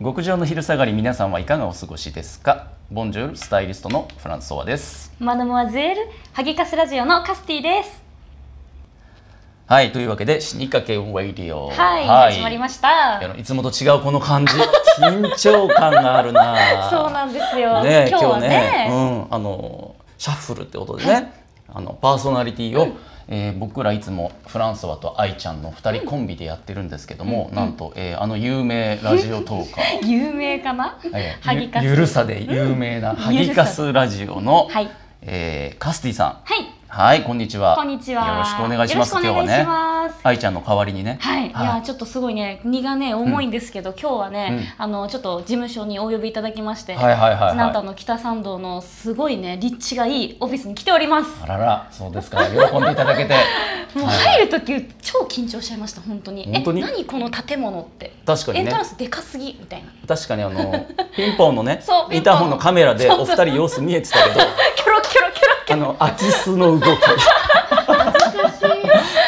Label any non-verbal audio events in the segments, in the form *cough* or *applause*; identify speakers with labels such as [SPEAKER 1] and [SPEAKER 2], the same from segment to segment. [SPEAKER 1] 極上の昼下がり皆さんはいかがお過ごしですかボンジュールスタイリストのフランソワです
[SPEAKER 2] マヌモアゼールハゲカスラジオのカスティです。
[SPEAKER 1] はいというわけで死にかけウェイディオ
[SPEAKER 2] はい、始まりまし
[SPEAKER 1] あ
[SPEAKER 2] た。
[SPEAKER 1] のいつもと違うこの感
[SPEAKER 2] *laughs*
[SPEAKER 1] じ緊張感があるな
[SPEAKER 2] そうなんですよ。
[SPEAKER 1] ね今
[SPEAKER 2] 今日
[SPEAKER 1] 日
[SPEAKER 2] は
[SPEAKER 1] ね
[SPEAKER 2] ね、
[SPEAKER 1] うん、あのシャッフルってことでね、あのパーソナリティを、えー僕らいつもフランソワと愛ちゃんの2人コンビでやってるんですけども、なんと、えーあの有名ラジオトーカー
[SPEAKER 2] 有名かな？
[SPEAKER 1] えー
[SPEAKER 2] ハギカス
[SPEAKER 1] ゆゆるさで有名な、ハ
[SPEAKER 2] ゆるさ
[SPEAKER 1] ギカスラジオの、
[SPEAKER 2] はい
[SPEAKER 1] えーカスティさん
[SPEAKER 2] はい、
[SPEAKER 1] はいこんにちは
[SPEAKER 2] こんにちは。
[SPEAKER 1] よろしくお願いします
[SPEAKER 2] よろくお
[SPEAKER 1] 今
[SPEAKER 2] 願
[SPEAKER 1] 日
[SPEAKER 2] い
[SPEAKER 1] は
[SPEAKER 2] し
[SPEAKER 1] ね
[SPEAKER 2] ます。
[SPEAKER 1] 愛ちゃんの代わりにね
[SPEAKER 2] はい、い
[SPEAKER 1] は
[SPEAKER 2] やちょっとすごいね荷がね重いんですけど、今日はね、あのちょっと事務所にお呼びいただきまして、
[SPEAKER 1] はいはいはいはい
[SPEAKER 2] なんとあの北参道のすごいね立地がいいオフィスに来ております。
[SPEAKER 1] あららそうですか喜んでいただけて
[SPEAKER 2] *laughs* もう
[SPEAKER 1] はい
[SPEAKER 2] 入るとき超緊張しちゃいました本当に。
[SPEAKER 1] 本当に
[SPEAKER 2] え何この建物って。
[SPEAKER 1] 確か
[SPEAKER 2] エ
[SPEAKER 1] に
[SPEAKER 2] ント
[SPEAKER 1] ね
[SPEAKER 2] ランスでかすぎみたいな。
[SPEAKER 1] 確かにあのピンポンのね
[SPEAKER 2] *laughs* そうピンポン
[SPEAKER 1] インターホンのカメラでお二人様子見えてたけど
[SPEAKER 2] キョロキョロキョロ。
[SPEAKER 1] あの空き巣
[SPEAKER 2] *laughs*
[SPEAKER 1] の動き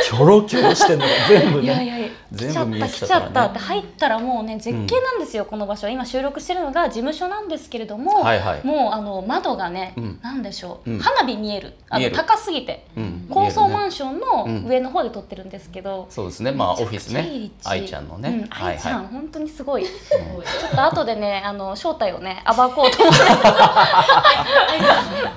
[SPEAKER 1] キョロキョロしてんのが全部
[SPEAKER 2] いや
[SPEAKER 1] ね
[SPEAKER 2] いやいや来ちゃ
[SPEAKER 1] 全部見
[SPEAKER 2] っ
[SPEAKER 1] え
[SPEAKER 2] た
[SPEAKER 1] て
[SPEAKER 2] 来
[SPEAKER 1] た
[SPEAKER 2] ち
[SPEAKER 1] か
[SPEAKER 2] ゃ
[SPEAKER 1] らね
[SPEAKER 2] ったって入ったらもうね絶景なんですよ、この場所今収録してるのが事務所なんですけれども、
[SPEAKER 1] はいはい
[SPEAKER 2] もうあの窓がね、
[SPEAKER 1] うん
[SPEAKER 2] なんでしょう、
[SPEAKER 1] うん
[SPEAKER 2] 花火見えるあ
[SPEAKER 1] 見える
[SPEAKER 2] の高すぎて
[SPEAKER 1] うん
[SPEAKER 2] 高層マ
[SPEAKER 1] 見えるね
[SPEAKER 2] ンション
[SPEAKER 1] うん
[SPEAKER 2] の上の方で撮ってるんですけど、
[SPEAKER 1] そうですねまあオ
[SPEAKER 2] めちゃ
[SPEAKER 1] フィ
[SPEAKER 2] く
[SPEAKER 1] ス
[SPEAKER 2] ちゃい
[SPEAKER 1] ね
[SPEAKER 2] い立地
[SPEAKER 1] 愛ちゃんの
[SPEAKER 2] う
[SPEAKER 1] ね、
[SPEAKER 2] 愛ちゃん、本当にすごい、
[SPEAKER 1] う
[SPEAKER 2] ちょっと後でねあの正体をね暴こうと
[SPEAKER 1] *laughs*
[SPEAKER 2] 思って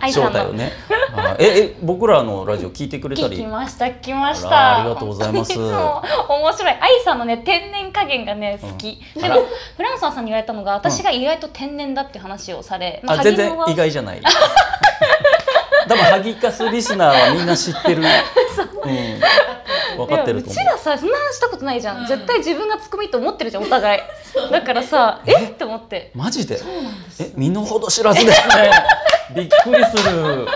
[SPEAKER 2] 愛ちゃ
[SPEAKER 1] 正
[SPEAKER 2] ん
[SPEAKER 1] 体を
[SPEAKER 2] の、
[SPEAKER 1] ね。あええ僕らのラジオ聞いてくれた
[SPEAKER 2] 聞
[SPEAKER 1] り。
[SPEAKER 2] き
[SPEAKER 1] は
[SPEAKER 2] ました聞きまし
[SPEAKER 1] あら
[SPEAKER 2] た
[SPEAKER 1] ありがとうございます
[SPEAKER 2] 本当にいつも面白い愛さんのね天然加減がね好き、
[SPEAKER 1] うん
[SPEAKER 2] で
[SPEAKER 1] あ
[SPEAKER 2] も
[SPEAKER 1] ら
[SPEAKER 2] フランソワさんに言われたのが私が意外と天然だっていう話をされ、
[SPEAKER 1] あ
[SPEAKER 2] ハ
[SPEAKER 1] 全
[SPEAKER 2] ギ
[SPEAKER 1] 然
[SPEAKER 2] ノは
[SPEAKER 1] 意外じゃない。 *laughs* 多分ハギカスリスナーはみんな知
[SPEAKER 2] *laughs*
[SPEAKER 1] ってる。うん。分かってると
[SPEAKER 2] い
[SPEAKER 1] 思
[SPEAKER 2] やうちらさそんな話したことないじゃん、絶対自分がツッコミと思ってるじゃんお互いだか
[SPEAKER 1] *laughs*
[SPEAKER 2] らさえって思って
[SPEAKER 1] う。マジで。え身の程知らずです
[SPEAKER 2] *laughs*
[SPEAKER 1] ね。びっくりする。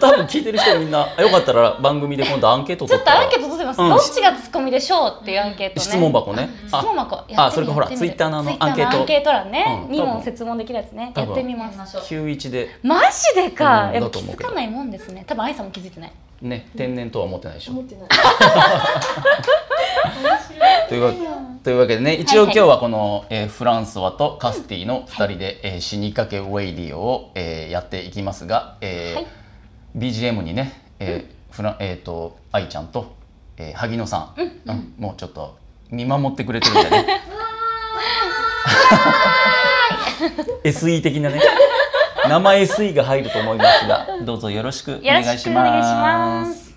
[SPEAKER 1] 多分聞いてる人みんなあよかったら番組で今度アンケート
[SPEAKER 2] ちょ
[SPEAKER 1] 取
[SPEAKER 2] っ
[SPEAKER 1] っ
[SPEAKER 2] と
[SPEAKER 1] た
[SPEAKER 2] アン
[SPEAKER 1] ら
[SPEAKER 2] ケート取ってます、
[SPEAKER 1] うん
[SPEAKER 2] どっちがツッコミでしょうっていうアンケートね
[SPEAKER 1] 質問箱ね。
[SPEAKER 2] 質
[SPEAKER 1] あ
[SPEAKER 2] 問箱やってみ
[SPEAKER 1] あそれかほら
[SPEAKER 2] やってみ
[SPEAKER 1] Twitter のあの
[SPEAKER 2] Twitter
[SPEAKER 1] アンケート
[SPEAKER 2] アンケート欄ね、
[SPEAKER 1] うん
[SPEAKER 2] 二
[SPEAKER 1] 多
[SPEAKER 2] 問
[SPEAKER 1] 分
[SPEAKER 2] 説問できるやつね
[SPEAKER 1] 多
[SPEAKER 2] や
[SPEAKER 1] 分
[SPEAKER 2] ってみます
[SPEAKER 1] 九一で
[SPEAKER 2] マジでか、
[SPEAKER 1] うん
[SPEAKER 2] やっ
[SPEAKER 1] だ
[SPEAKER 2] ぱ
[SPEAKER 1] と
[SPEAKER 2] 気
[SPEAKER 1] 思う
[SPEAKER 2] づ
[SPEAKER 1] けど
[SPEAKER 2] かないもんですね多分愛さんも気づいてない
[SPEAKER 1] ね天然とは思ってないでしょ。
[SPEAKER 3] 思ってない。
[SPEAKER 1] というわけというわけでね一応今日はこの、えーフランソワとカスティの2人で、えー死にかけウェイディオを、えーやっていきますが、えー
[SPEAKER 2] はい
[SPEAKER 1] BGM にね、えーフランえー、と愛ちゃんと、えー萩野さん、うんもうちょっと見守ってくれてるんで
[SPEAKER 2] *laughs*
[SPEAKER 1] ね SE 的
[SPEAKER 2] *laughs*
[SPEAKER 1] なね生 SE が入ると思いますがどうぞよろしくお
[SPEAKER 2] よ
[SPEAKER 1] 願
[SPEAKER 2] ろ
[SPEAKER 1] い
[SPEAKER 2] し
[SPEAKER 1] します。
[SPEAKER 2] くお願いします。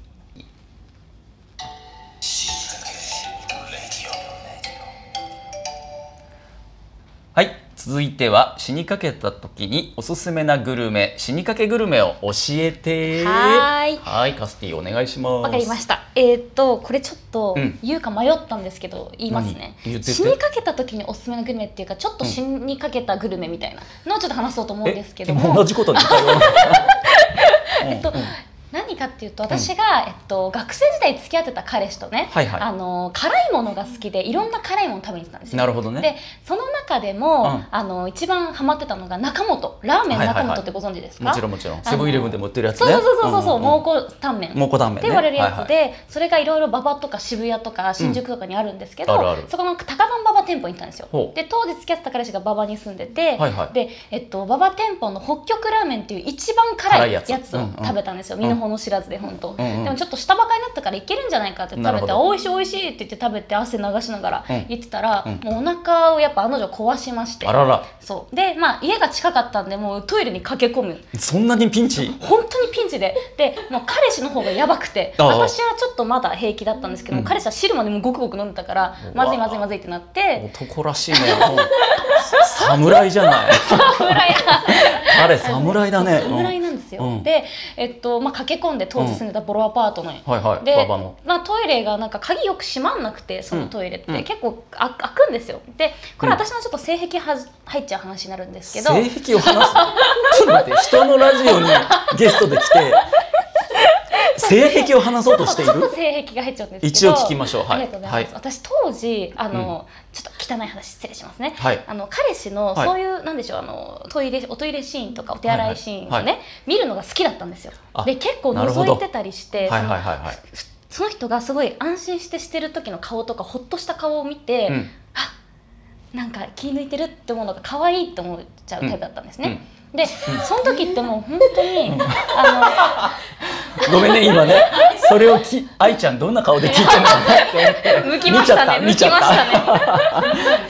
[SPEAKER 1] はい続いては死にかけた時におすすめなグルメ死にかけグルメを教えて
[SPEAKER 2] はーい
[SPEAKER 1] はいカスティお願いします
[SPEAKER 2] わかりました。えっ、とこれちょっと
[SPEAKER 1] うん
[SPEAKER 2] 言うか迷ったんですけど、言いますね
[SPEAKER 1] 何言ってて
[SPEAKER 2] 死にかけた時におすすめのグルメっていうかちょっと死にかけたグルメみたいなのをちょっと話そうと思うんですけど
[SPEAKER 1] え今
[SPEAKER 2] も
[SPEAKER 1] 同、じことに言った
[SPEAKER 2] *laughs*
[SPEAKER 1] よ
[SPEAKER 2] えっと
[SPEAKER 1] うんうん
[SPEAKER 2] 何かっていうと私が、えっと、学生時代付き合ってた彼氏とね、
[SPEAKER 1] はいはい
[SPEAKER 2] あの辛いものが好きでいろんな辛いもの食べに行ってたんですよ。
[SPEAKER 1] なるほど
[SPEAKER 2] で
[SPEAKER 1] ね
[SPEAKER 2] その中でも、
[SPEAKER 1] うん
[SPEAKER 2] あの一番ハマってたのが中本ラーメン中本ってご存知ですか、
[SPEAKER 1] もちろんもちろん
[SPEAKER 2] あの
[SPEAKER 1] セブンイレブンでも売ってるやつ
[SPEAKER 2] そう
[SPEAKER 1] ね
[SPEAKER 2] そうそうそうそう、
[SPEAKER 1] んんん
[SPEAKER 2] 蒙古タンメン
[SPEAKER 1] 蒙古タンメンね
[SPEAKER 2] って言われるやつで、
[SPEAKER 1] はいはい
[SPEAKER 2] それがいろいろ馬場とか渋谷とか新宿とかにあるんですけど、
[SPEAKER 1] うんあるある
[SPEAKER 2] そこの高田馬場店舗に行ったんですよ
[SPEAKER 1] ほう
[SPEAKER 2] で当時付き合ってた彼氏が馬場に住んでて、
[SPEAKER 1] はいはい
[SPEAKER 2] で、えっと、馬場店舗の北極ラーメンっていう一番辛
[SPEAKER 1] 辛い
[SPEAKER 2] い
[SPEAKER 1] や
[SPEAKER 2] や
[SPEAKER 1] つ
[SPEAKER 2] つを
[SPEAKER 1] うんうん
[SPEAKER 2] 食べたんですよ、身の程知らずで本当、
[SPEAKER 1] うんうん
[SPEAKER 2] でもちょっと下馬鹿になったからいけるんじゃないかって食
[SPEAKER 1] なる
[SPEAKER 2] べ
[SPEAKER 1] ほ
[SPEAKER 2] て
[SPEAKER 1] ど
[SPEAKER 2] おいしいおいしいって言って食べて汗流しながら
[SPEAKER 1] うん
[SPEAKER 2] 行ってたら、
[SPEAKER 1] うん
[SPEAKER 2] もうお腹をやっぱあの女壊しまして
[SPEAKER 1] あらら
[SPEAKER 2] そうでまあ家が近かったんでもうトイレに駆け込む
[SPEAKER 1] そんなにピンチ
[SPEAKER 2] 本当にピンチででもう彼氏の方がやばくて
[SPEAKER 1] ああ
[SPEAKER 2] 私はちょっとまだ平気だったんですけど、
[SPEAKER 1] うん
[SPEAKER 2] 彼氏は汁までもうごくごく飲んでたから
[SPEAKER 1] うわ
[SPEAKER 2] まずいまずいまずいってなって
[SPEAKER 1] 男らしいねもう侍じゃ
[SPEAKER 2] *laughs*
[SPEAKER 1] ない彼侍だね
[SPEAKER 2] 侍なんですよ、
[SPEAKER 1] うん
[SPEAKER 2] で、えっとまあ、駆け込んで当時住んでたボロアパートの、
[SPEAKER 1] うんはいはい
[SPEAKER 2] で
[SPEAKER 1] 馬場の
[SPEAKER 2] まあ、トイレがなんか鍵よく閉まんなくてそのトイレって、
[SPEAKER 1] うんうん
[SPEAKER 2] 結構あ開くんですよでこれ
[SPEAKER 1] うん
[SPEAKER 2] 私のちょっと性癖は入っちゃう話になるんですけど
[SPEAKER 1] 性癖を話すちょっと待って人のラジオにゲストで来て性癖を話そうとしてい
[SPEAKER 2] ちょっ *laughs*
[SPEAKER 1] る
[SPEAKER 2] と性癖が入っちゃうんですけど
[SPEAKER 1] 一応聞きましょうはい
[SPEAKER 2] ありがとうございます、
[SPEAKER 1] は
[SPEAKER 2] 私当時あの、ちょっと汚い話失礼しますね、
[SPEAKER 1] はい
[SPEAKER 2] あの彼氏の
[SPEAKER 1] はい
[SPEAKER 2] そういう、なんでしょうあのトイレおトイレシーンとかお手洗いシーンをね、
[SPEAKER 1] はいはいは
[SPEAKER 2] 見るのが好きだったんですよ
[SPEAKER 1] あ
[SPEAKER 2] で結構
[SPEAKER 1] なるほど
[SPEAKER 2] 覗いてたりして、
[SPEAKER 1] はい
[SPEAKER 2] そ
[SPEAKER 1] はい
[SPEAKER 2] の
[SPEAKER 1] はいはい
[SPEAKER 2] その人がすごい安心してしてる時の顔とかほっとした顔を見て、
[SPEAKER 1] うん
[SPEAKER 2] あなんか気抜いてるって思うのが可愛いって思っちゃうタイプだったんです
[SPEAKER 1] うん
[SPEAKER 2] ね、でその時ってもう本当にあ
[SPEAKER 1] ごめんね今ねそれをき愛ちゃんどんな顔で聞いてるのかなって思って
[SPEAKER 2] *laughs* の向きましたね
[SPEAKER 1] 見
[SPEAKER 2] 向
[SPEAKER 1] ちゃ
[SPEAKER 2] き
[SPEAKER 1] っ
[SPEAKER 2] ま
[SPEAKER 1] た
[SPEAKER 2] したね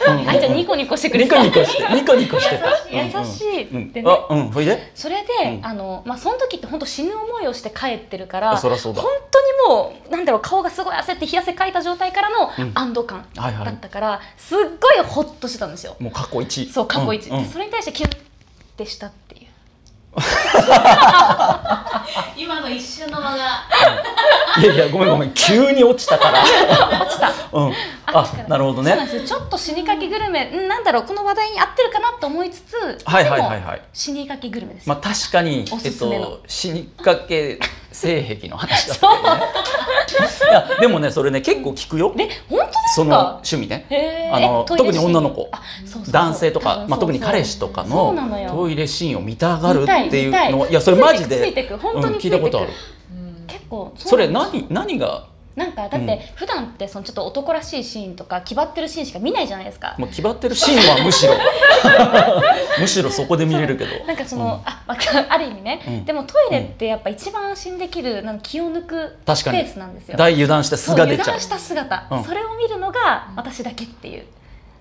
[SPEAKER 1] うんうんうん
[SPEAKER 2] あいちゃんニコニコしてくれ
[SPEAKER 1] ニ
[SPEAKER 2] て
[SPEAKER 1] コ
[SPEAKER 2] た
[SPEAKER 1] ニコしてニコニコしてた
[SPEAKER 2] 優しい
[SPEAKER 1] うんうん
[SPEAKER 2] ってね
[SPEAKER 1] あうんそれで
[SPEAKER 2] それで、
[SPEAKER 1] うん
[SPEAKER 2] あのまあ、その時って本当死ぬ思いをして帰ってるから
[SPEAKER 1] あそらそうだ
[SPEAKER 2] 本当にもうなんだろう顔がすごい焦って冷や汗かいた状態からの
[SPEAKER 1] うん
[SPEAKER 2] 安堵感
[SPEAKER 1] はいは
[SPEAKER 2] だっ
[SPEAKER 1] い
[SPEAKER 2] たから、すっごいホッとしてたんですよ。
[SPEAKER 1] もう過去一
[SPEAKER 2] そう過去一、
[SPEAKER 1] うんうん
[SPEAKER 2] でそれに対してキュンってしたっ
[SPEAKER 1] *laughs*
[SPEAKER 2] ていう
[SPEAKER 3] 今の一瞬の間が
[SPEAKER 1] いやいやごめんごめん急に落ちたから
[SPEAKER 2] 落ちた
[SPEAKER 1] うん
[SPEAKER 2] だか
[SPEAKER 1] あ
[SPEAKER 2] ら
[SPEAKER 1] なるほど
[SPEAKER 2] そうなん
[SPEAKER 1] ね
[SPEAKER 2] ですよちょっと死にかけグルメんなんだろうこの話題に合ってるかなと思いつつ
[SPEAKER 1] はいはいはい
[SPEAKER 2] でも
[SPEAKER 1] はい
[SPEAKER 2] 死にかけグルメですよ、
[SPEAKER 1] まあ確かに
[SPEAKER 2] おすすめの
[SPEAKER 1] えっと死にかけ性癖の話だったよねいやでもねそれね結構聞くよ
[SPEAKER 2] で本当で
[SPEAKER 1] そ
[SPEAKER 2] す
[SPEAKER 1] の
[SPEAKER 2] か
[SPEAKER 1] 趣味ね
[SPEAKER 2] へえ
[SPEAKER 1] あの
[SPEAKER 2] えトイレ
[SPEAKER 1] 特に女の子
[SPEAKER 2] あそうそうそう
[SPEAKER 1] 男性とか
[SPEAKER 2] 多分
[SPEAKER 1] まあ、特に
[SPEAKER 2] そうそう
[SPEAKER 1] 彼氏とか
[SPEAKER 2] そ
[SPEAKER 1] の
[SPEAKER 2] うなのよ
[SPEAKER 1] トイレシーンを見たがる
[SPEAKER 2] 見たい
[SPEAKER 1] っていう
[SPEAKER 2] 見たい
[SPEAKER 1] のいやそれマジ
[SPEAKER 2] つい
[SPEAKER 1] で
[SPEAKER 2] てく本当
[SPEAKER 1] うん
[SPEAKER 2] につ
[SPEAKER 1] 聞
[SPEAKER 2] いて
[SPEAKER 1] い
[SPEAKER 2] く、
[SPEAKER 1] たことある
[SPEAKER 2] 結構
[SPEAKER 1] それ
[SPEAKER 2] うなんですよ
[SPEAKER 1] 何何が
[SPEAKER 2] なんかだっ
[SPEAKER 1] うん
[SPEAKER 2] て普段ってそのちょっと男らしいシーンとか気張ってるシーンしか見ないじゃないですか、
[SPEAKER 1] もう決まってるシーンはむし
[SPEAKER 2] *laughs*
[SPEAKER 1] ろむしろそこで見れるけど
[SPEAKER 2] なんかその、
[SPEAKER 1] うん
[SPEAKER 2] あまあある意味ね、
[SPEAKER 1] うん
[SPEAKER 2] でもトイレってやっぱ一番安心できるなんか気を抜く
[SPEAKER 1] 確
[SPEAKER 2] ス
[SPEAKER 1] か
[SPEAKER 2] ペ
[SPEAKER 1] に
[SPEAKER 2] ースなんですよ
[SPEAKER 1] 大油断して素
[SPEAKER 2] そう
[SPEAKER 1] が出ち
[SPEAKER 2] 油
[SPEAKER 1] ゃう
[SPEAKER 2] 断した姿、
[SPEAKER 1] うん
[SPEAKER 2] それを見るのが私だけっていう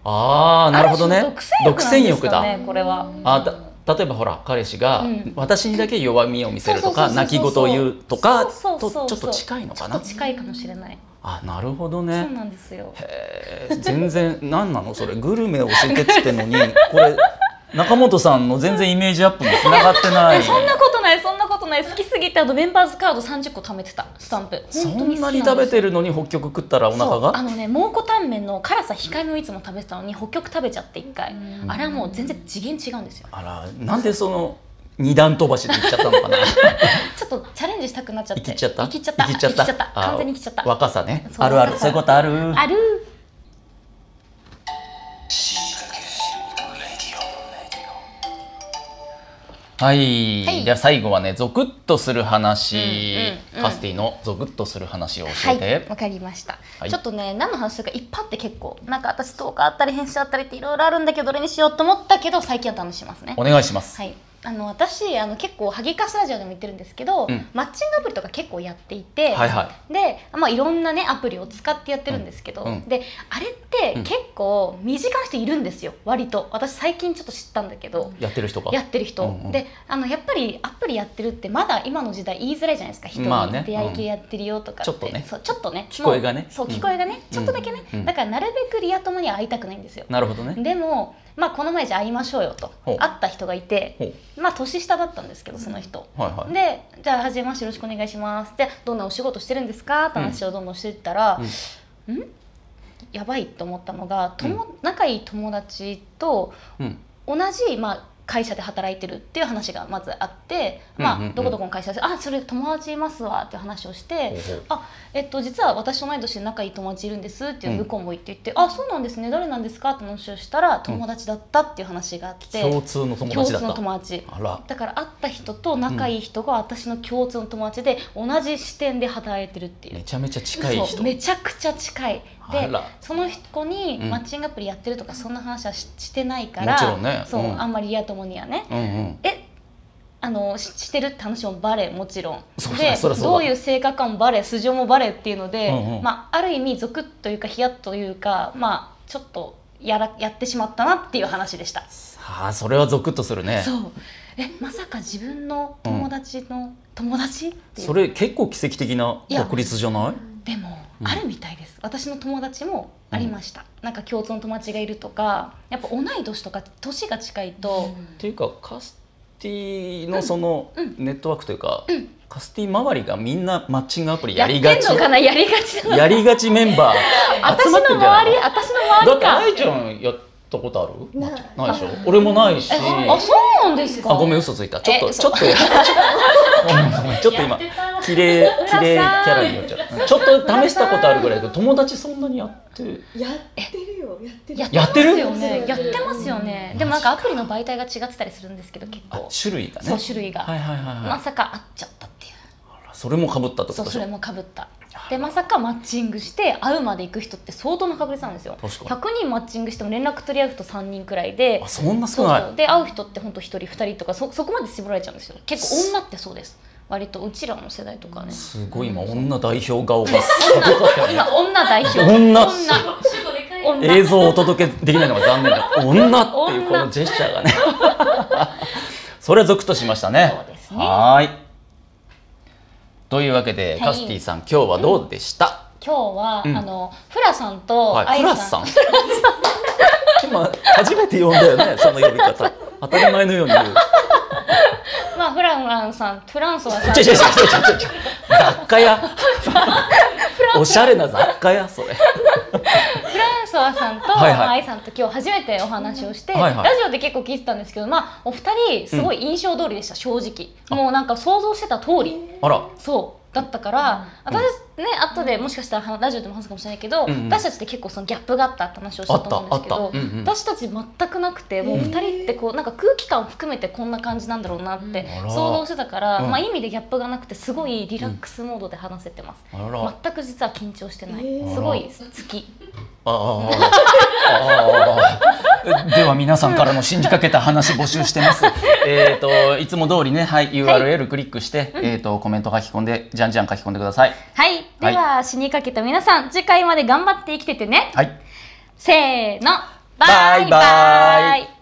[SPEAKER 1] ああなるほど
[SPEAKER 2] あ
[SPEAKER 1] ね
[SPEAKER 2] る種の独占欲なんですかねこれは
[SPEAKER 1] あた例えばほら彼氏が、
[SPEAKER 2] うん
[SPEAKER 1] 私にだけ弱みを見せるとか
[SPEAKER 2] そうそうそうそう
[SPEAKER 1] 泣き言を言うとか
[SPEAKER 2] そうそうそうそ
[SPEAKER 1] と
[SPEAKER 2] う
[SPEAKER 1] ちょっと近いの
[SPEAKER 2] ちょ
[SPEAKER 1] か
[SPEAKER 2] っ
[SPEAKER 1] な
[SPEAKER 2] と近いかもしれない、
[SPEAKER 1] あなるほどね
[SPEAKER 2] そうなんですよ
[SPEAKER 1] へー全然何なのそれグルメ教えてっつってんのにこれ中本さんの全然イメージアップにつながってな
[SPEAKER 2] え
[SPEAKER 1] い
[SPEAKER 2] そんなことないそんなことない好きすぎてあのメンバーズカード30個貯めてたスタンプ
[SPEAKER 1] そ
[SPEAKER 2] 本当に好き
[SPEAKER 1] ん
[SPEAKER 2] な
[SPEAKER 1] なんに
[SPEAKER 2] ですよ
[SPEAKER 1] 食べてるのに北極食ったらお腹
[SPEAKER 2] そうあ
[SPEAKER 1] が
[SPEAKER 2] のね蒙古タンメンの辛さ控えめをいつも食べてたのに北極食べちゃって一回、あれはもう全然次元違うんですよ
[SPEAKER 1] あらなんでその二段飛ばしで行っちゃったのかな *laughs*
[SPEAKER 2] ちょっとチャレンジしたくなっちゃって
[SPEAKER 1] 生きちゃった
[SPEAKER 2] 生きちゃった
[SPEAKER 1] 生きちゃった
[SPEAKER 2] 生きちゃった
[SPEAKER 1] あ
[SPEAKER 2] 完全に生きちゃった
[SPEAKER 1] 若さね
[SPEAKER 2] そう
[SPEAKER 1] あるあ
[SPEAKER 2] 若
[SPEAKER 1] る
[SPEAKER 2] さ
[SPEAKER 1] そういうことある
[SPEAKER 2] ある
[SPEAKER 1] はい、
[SPEAKER 2] はい
[SPEAKER 1] じゃあ最後はねゾクッとする話、
[SPEAKER 2] うんうんうん
[SPEAKER 1] カスティのゾクッとする話を教
[SPEAKER 2] は
[SPEAKER 1] えて、
[SPEAKER 2] いわかりました、
[SPEAKER 1] はい
[SPEAKER 2] ちょっとね何の話するかいっぱいあって結構なんか私トークあったり編集あったりっていろいろあるんだけどどれにしようと思ったけど最近は楽しますね
[SPEAKER 1] お願いします、
[SPEAKER 2] はいあの私あの結構ハゲカスラジオでも言ってるんですけど、
[SPEAKER 1] うん
[SPEAKER 2] マッチングアプリとか結構やっていて、
[SPEAKER 1] はいはい
[SPEAKER 2] で、まあ、いろんなねアプリを使ってやってるんですけど、
[SPEAKER 1] うんうん
[SPEAKER 2] であれって
[SPEAKER 1] うん
[SPEAKER 2] 結構身近な人いるんですよ割と私最近ちょっと知ったんだけど、
[SPEAKER 1] やってる人か
[SPEAKER 2] やってる人、
[SPEAKER 1] うんうん
[SPEAKER 2] であのやっぱりアプリやってるってまだ今の時代言いづらいじゃないですか人に
[SPEAKER 1] まあね
[SPEAKER 2] 出会い系やってるよとかって、
[SPEAKER 1] うんちょっとね
[SPEAKER 2] そうちょっとね
[SPEAKER 1] 聞こえがね
[SPEAKER 2] もうそう
[SPEAKER 1] うん
[SPEAKER 2] 聞こえがね、ちょっとだけね、
[SPEAKER 1] うん
[SPEAKER 2] だからなるべくリア友には会いたくないんですよ、
[SPEAKER 1] なるほどね
[SPEAKER 2] でも、まあ、この前じゃあ会いましょうよと
[SPEAKER 1] ほう
[SPEAKER 2] 会った人がいて
[SPEAKER 1] ほう
[SPEAKER 2] まあ年下だったんですけどその人、
[SPEAKER 1] はいはい
[SPEAKER 2] で「じゃあはじめましてよろしくお願いします」で「どんなお仕事してるんですか?」って話をどんどんしていったら「うん、やばい」と思ったのが友、仲いい友達と
[SPEAKER 1] うん
[SPEAKER 2] 同じ、まあ、会社で働いてるっていう話がまずあって「
[SPEAKER 1] う
[SPEAKER 2] ま
[SPEAKER 1] んうんう
[SPEAKER 2] あ、
[SPEAKER 1] ん
[SPEAKER 2] どこどこの会社です」あそれ友達いますわ」っていう話をして
[SPEAKER 1] ほうほう
[SPEAKER 2] あえっと実は私と同い年で仲いい友達いるんですっていう
[SPEAKER 1] うん
[SPEAKER 2] 向こうも言って言って、あそうなんですね誰なんですかって話をしたら友達だったっていう話があって、
[SPEAKER 1] 共通の友達だ
[SPEAKER 2] 共通の
[SPEAKER 1] った
[SPEAKER 2] 友達
[SPEAKER 1] あら
[SPEAKER 2] だから会った人と仲いい人が私の共通の友達で同じ視点で働いてるっていう
[SPEAKER 1] めちゃめちゃ近い
[SPEAKER 2] そ
[SPEAKER 1] 人
[SPEAKER 2] うめちゃくちゃ近い
[SPEAKER 1] あ
[SPEAKER 2] で
[SPEAKER 1] ら
[SPEAKER 2] その子に
[SPEAKER 1] うん
[SPEAKER 2] マッチングアプリやってるとかそんな話はししてないから
[SPEAKER 1] もちろんね
[SPEAKER 2] そう、
[SPEAKER 1] うん
[SPEAKER 2] あんまり嫌ともにはね
[SPEAKER 1] うんうん
[SPEAKER 2] えあのししてるって話もバレもちろん
[SPEAKER 1] そうだ
[SPEAKER 2] で
[SPEAKER 1] そりゃそうだ
[SPEAKER 2] どういう性格かもバレ素性もバレっていうので、
[SPEAKER 1] うんうん
[SPEAKER 2] まあ、ある意味ゾクッというかヒヤッというか、まあ、ちょっとやらやってしまったなっていう話でした。
[SPEAKER 1] さあそれはゾクッとするね
[SPEAKER 2] そうえまさか自分の友達の友達っていう
[SPEAKER 1] それ結構奇跡的ない
[SPEAKER 2] や
[SPEAKER 1] 確率じゃない
[SPEAKER 2] でも、
[SPEAKER 1] うん
[SPEAKER 2] あるみたいです私の友達もありました、なんか共通の友達がいるとかやっぱ同い年とか年が近いと、
[SPEAKER 1] っていうかカスティのその
[SPEAKER 2] うん
[SPEAKER 1] ネットワークというか、カスティ周りがみんなマッチングアプリや
[SPEAKER 2] って
[SPEAKER 1] りが
[SPEAKER 2] ん
[SPEAKER 1] ち
[SPEAKER 2] のかなやりがちなの
[SPEAKER 1] やりがちメンバー
[SPEAKER 2] 私
[SPEAKER 1] 集ま
[SPEAKER 2] の
[SPEAKER 1] ってんじゃない
[SPEAKER 2] 周り
[SPEAKER 1] の
[SPEAKER 2] 私の
[SPEAKER 1] だ
[SPEAKER 2] 周
[SPEAKER 1] っ
[SPEAKER 2] り
[SPEAKER 1] て
[SPEAKER 2] か
[SPEAKER 1] 愛ちゃんやったことあるマッチないでしょ俺もないし
[SPEAKER 2] えあそうなんですか
[SPEAKER 1] あごめん嘘ついたちょっ
[SPEAKER 2] え
[SPEAKER 1] と
[SPEAKER 2] 嘘
[SPEAKER 1] ちょっと
[SPEAKER 2] *laughs*
[SPEAKER 1] やごめんごめんちょっと
[SPEAKER 3] やっ
[SPEAKER 1] 今
[SPEAKER 3] てたら
[SPEAKER 1] 綺麗綺麗キ
[SPEAKER 2] 村さ
[SPEAKER 1] ャ
[SPEAKER 2] ん
[SPEAKER 1] ラになっちゃうちょっと試したことあるぐらいだけど友達そんなにやって
[SPEAKER 4] やってるよ、やってる。
[SPEAKER 2] やっ
[SPEAKER 4] や
[SPEAKER 2] てますよ
[SPEAKER 4] や
[SPEAKER 2] ねや
[SPEAKER 4] っ
[SPEAKER 2] って
[SPEAKER 4] る
[SPEAKER 2] てますよねでもなんかアプリの媒体が違ってたりするんですけど結
[SPEAKER 1] あ
[SPEAKER 2] 構
[SPEAKER 1] 種類がね
[SPEAKER 2] そう種類が、
[SPEAKER 1] はいはいはいはい、
[SPEAKER 2] まさか会っちゃったっていう
[SPEAKER 1] それもかぶったってこ
[SPEAKER 2] そ
[SPEAKER 1] と
[SPEAKER 2] う
[SPEAKER 1] でし
[SPEAKER 2] そ
[SPEAKER 1] ょ
[SPEAKER 2] れもかぶったでまさかマッチングして会うまで行く人って相当な確率なんですよ
[SPEAKER 1] 確かに
[SPEAKER 2] 100人マッチングしても連絡取り合う人3人くらいで
[SPEAKER 1] あそんな
[SPEAKER 2] そ
[SPEAKER 1] 少
[SPEAKER 2] う
[SPEAKER 1] ない
[SPEAKER 2] そうで会う人って本当一人二人とかそそこまで絞られちゃうんですよ結構女ってそうです割とうちらの世代とかね
[SPEAKER 1] すごい今女代表顔がすごかったよね
[SPEAKER 2] 今女代表
[SPEAKER 1] 女
[SPEAKER 3] 主語でかい
[SPEAKER 2] 女
[SPEAKER 1] 映像をお届けできないのが残念だ女っていうこの
[SPEAKER 2] 女
[SPEAKER 1] ジェスチャーがね *laughs* それはゾクッとしましたね
[SPEAKER 2] そうですね
[SPEAKER 1] はーいというわけで、
[SPEAKER 2] い
[SPEAKER 1] カスティさん今日はどうでした、
[SPEAKER 2] 今日は、
[SPEAKER 1] うん
[SPEAKER 2] あのフラさんと
[SPEAKER 1] は
[SPEAKER 2] ア
[SPEAKER 1] い、
[SPEAKER 2] イ
[SPEAKER 1] フ
[SPEAKER 2] さん,、
[SPEAKER 1] ラスさん *laughs* 今初めて呼んだよねその呼び方当たり前のように言う
[SPEAKER 2] まあフランランさんフランソワさん
[SPEAKER 1] ちょちょちょちょちょちょ雑貨屋おしゃれな雑貨屋それ
[SPEAKER 2] フランソワさんと、
[SPEAKER 1] はいはい
[SPEAKER 2] まあ、愛さんと今日初めてお話をして、
[SPEAKER 1] はいはい
[SPEAKER 2] ラジオで結構聞いてたんですけど、まあ、お二人すごい印象通りでした、正直もうなんか想像してた通り
[SPEAKER 1] あら
[SPEAKER 2] そうだったから、
[SPEAKER 1] うん
[SPEAKER 2] 私ね後でもしかしたらはラジオでも話すかもしれないけど、
[SPEAKER 1] うんうん
[SPEAKER 2] 私たちって結構そのギャップがあったって話をし
[SPEAKER 1] あ
[SPEAKER 2] た
[SPEAKER 1] っ
[SPEAKER 2] と
[SPEAKER 1] た
[SPEAKER 2] 思うん
[SPEAKER 1] あ
[SPEAKER 2] です
[SPEAKER 1] っ
[SPEAKER 2] け
[SPEAKER 1] た、
[SPEAKER 2] ど
[SPEAKER 1] うんうん、
[SPEAKER 2] 私たち全くなくてもう
[SPEAKER 1] うん
[SPEAKER 2] 2人ってこうなんか空気感を含めてこんな感じなんだろうなって
[SPEAKER 1] うんあら
[SPEAKER 2] 想像してたから、
[SPEAKER 1] うん
[SPEAKER 2] まあ、いい意味でギャップがなくてすごいリラックスモードで話せてます、
[SPEAKER 1] あらあ
[SPEAKER 2] 全く実は緊張してない、
[SPEAKER 4] えー
[SPEAKER 2] すごい好き
[SPEAKER 1] ああああでは皆さんからの信じかけた話募集してます。えっといつも通りね、はい、URL クリックして、えっとコメント書き込んでじゃんじゃん書き込んでください。
[SPEAKER 2] はいでは、死にかけた皆さん次回まで頑張って生きててね
[SPEAKER 1] はい。
[SPEAKER 2] せーの
[SPEAKER 1] バイバイ
[SPEAKER 2] バイバイ